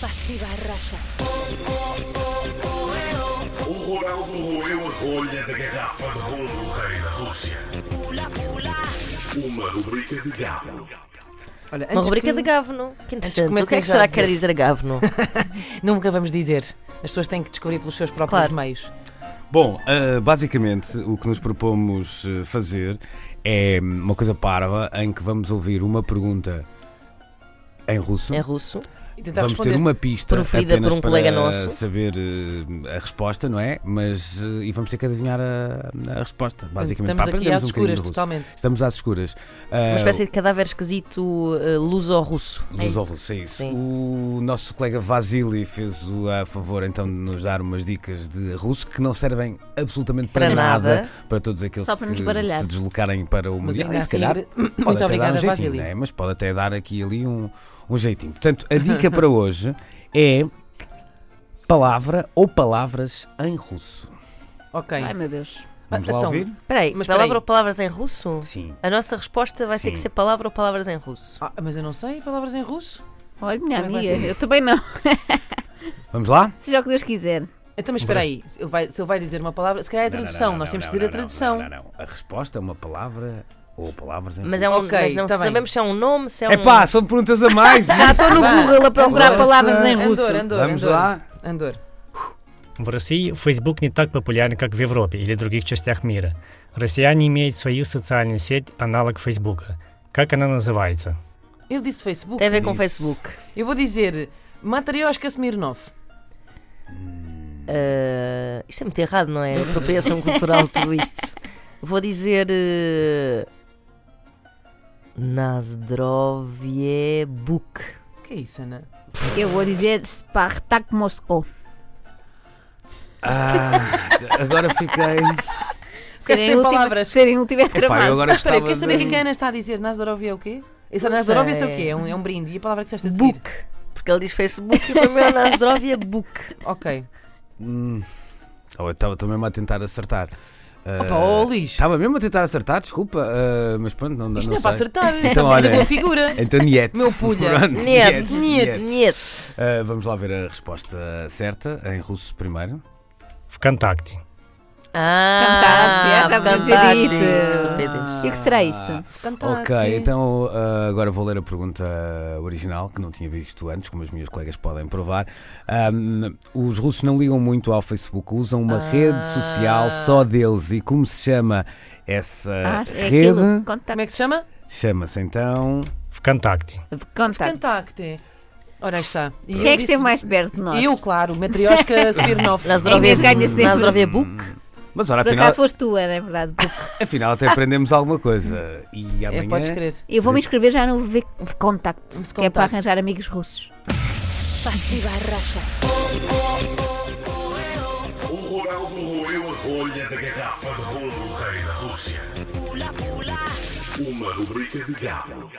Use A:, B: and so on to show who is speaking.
A: Pasiva raya.
B: O Ronaldo roeu a rolha da garrafa de rum do rei da Rússia. Uma rubrica de gado.
C: Olha,
D: Uma
C: antes
D: rubrica
C: que-
D: de Gavno. Que interessante.
C: comece,
D: O que é que
C: já
D: será
C: a
D: que quer dizer Gavno?
C: Nunca vamos dizer. As pessoas têm que descobrir pelos seus próprios
D: Claro.
C: meios.
E: Bom, ah, basicamente o que nos propomos eh, fazer é uma coisa parva em que vamos ouvir uma pergunta em russo.
D: é russo.
C: E tentar
E: Vamos
C: responder.
E: ter uma pista
D: Proferida
E: apenas
D: por um
E: para
D: colega nosso.
E: saber eh, a resposta, não é? Mas eh, e vamos ter que adivinhar a, a resposta, basicamente.
C: Estamos
E: para
C: aqui
E: aprendermos
C: às
E: um bocadinho
C: escuras,
E: de russo.
C: totalmente.
E: Estamos às escuras.
D: Uma
E: Ah,
D: espécie de cadáver esquisito uh, luso-russo.
E: Luz ao russo, é isso.
D: Sim.
E: O nosso colega Vasily fez o a favor então de nos dar umas dicas de russo que não servem absolutamente para,
D: Para nada.
E: nada. para todos aqueles
A: Só para nos
E: que
A: baralhar.
E: se deslocarem para o
C: Mas
E: Mundial.
C: ainda
E: E, se calhar
C: assim,
E: pode
C: muito
E: até
C: obrigada,
E: dar um jeitinho,
C: Vasily.
E: né? mas pode até dar aqui e ali um, um jeitinho. Portanto, a dica para hoje é palavra ou palavras em russo.
C: Ok.
A: Ai meu Deus.
E: Vamos
C: Ah,
E: lá
C: então,
E: ouvir?
D: Espera aí,
C: Mas
D: palavra
C: espera aí.
D: ou palavras em russo?
E: Sim.
D: A nossa resposta vai ter
E: Sim.
D: que ser palavra ou palavras em russo.
C: Ah, mas eu não sei palavras em russo.
A: Olha, minha
C: Como é que
A: amiga,
C: vai ser
A: eu também não.
E: Vamos lá?
A: Seja o que Deus quiser.
C: Então, mas espera aí. Se ele vai, se ele vai dizer uma palavra, se calhar é a
E: Não, não,
C: tradução.
E: não,
C: Nós
E: não,
C: temos
E: não,
C: que dizer a
E: não, não,
C: tradução.
E: não, não, não. A resposta é uma palavra ou palavras em
D: Mas,
E: russo.
D: é um,
C: Ok,
D: mas não
C: tá bem.
D: sabemos se é um nome, se é um.
E: Epá, são perguntas a mais.
A: Já estou no Google a procurar
C: Andor,
A: palavras em russo.
C: Andor, Andor,
E: Vamos
C: Andor.
E: lá.
C: Andor.
F: В России Facebook не так популярен, как в Европе или других частях мира. Россияне имеют свою социальную сеть, аналог Фейсбука. Как она называется?
C: Ele disse Facebook.
D: Tem a ver com
E: Isso.
D: Facebook.
C: Eu vou dizer Matrioshka Smirnov.
D: Uh, isto é muito errado, não é? Apropriação cultural, tudo isto. Vou dizer. Uh, Nazdrovie Book.
C: O que é isso, Ana?
A: Eu vou dizer Spartak Moscou.
E: Ah, agora fiquei.
C: Ficaste sem
A: última-
C: palavras.
A: serem última é
E: Epá, eu
A: tramado.
E: agora
C: Espera, aí,
E: gostava
C: quer saber o que é
E: de-
C: que a Ana está a dizer? Nazdorovia é o quê? Isso,
D: Não
C: Nazdorovia é o
D: sei.
C: quê? É um, é um brinde. E a palavra que disseste a seguir?
D: Book. Porque ele diz Facebook e para mim é Nazdrovie Book.
C: Ok.
E: Hum. Oh, eu estava mesmo a tentar acertar.
C: Opa, ó Luís.
E: Estava mesmo a tentar acertar, desculpa, ah, mas pronto, não,
C: Isto
E: não,
C: não é para
E: sei.
C: acertar. Isto é
E: Então,
C: uma
E: olha.
C: boa figura.
E: Então, Nietzsche.
C: Meu pulha.
E: Pronto,
D: Niet,
E: Nietzsche,
D: Niet,
E: Nietzsche.
D: Niet.
E: Ah, vamos lá ver a resposta certa, em russo primeiro.
F: ВКонтакте.
D: Ah,
A: Cantar, já me
C: tá
D: Cantar,
A: disse.
D: Estupidez.
A: E o que será isto?
C: Cantar-te.
E: Ok, então ah, agora vou ler a pergunta original, que não tinha visto antes, como as minhas colegas podem provar. Ahm, os russos não ligam muito ao Facebook, usam uma rede social só deles. E como se chama essa
A: Ah, é
E: rede?
A: aquilo. Contact.
C: Como é que se chama?
E: Chama-se então.
F: ВКонтакте.
A: Contact.
C: Contacte. Ora aí está. E
A: Quem é
C: eu
A: que
C: disse-
A: esteve mais perto de nós?
C: Eu, claro, Matrioshka Smirnov.
D: Nazdrovie
A: Inês
E: Hum.
A: ganha sempre.
D: Nazdrovie Book.
E: Mas ora,
A: Por
E: afinal,
A: acaso foste tu, Ana, é verdade.
E: afinal até aprendemos alguma coisa. E amanhã.
C: É, podes crer.
A: Eu vou me inscrever já no v Contact, que é
C: Vcontact.
A: para arranjar amigos russos.
G: Pasiva raya.
B: O Ronaldo roeu a rolha da garrafa de rum do rei da Rússia. Uma rubrica de gado.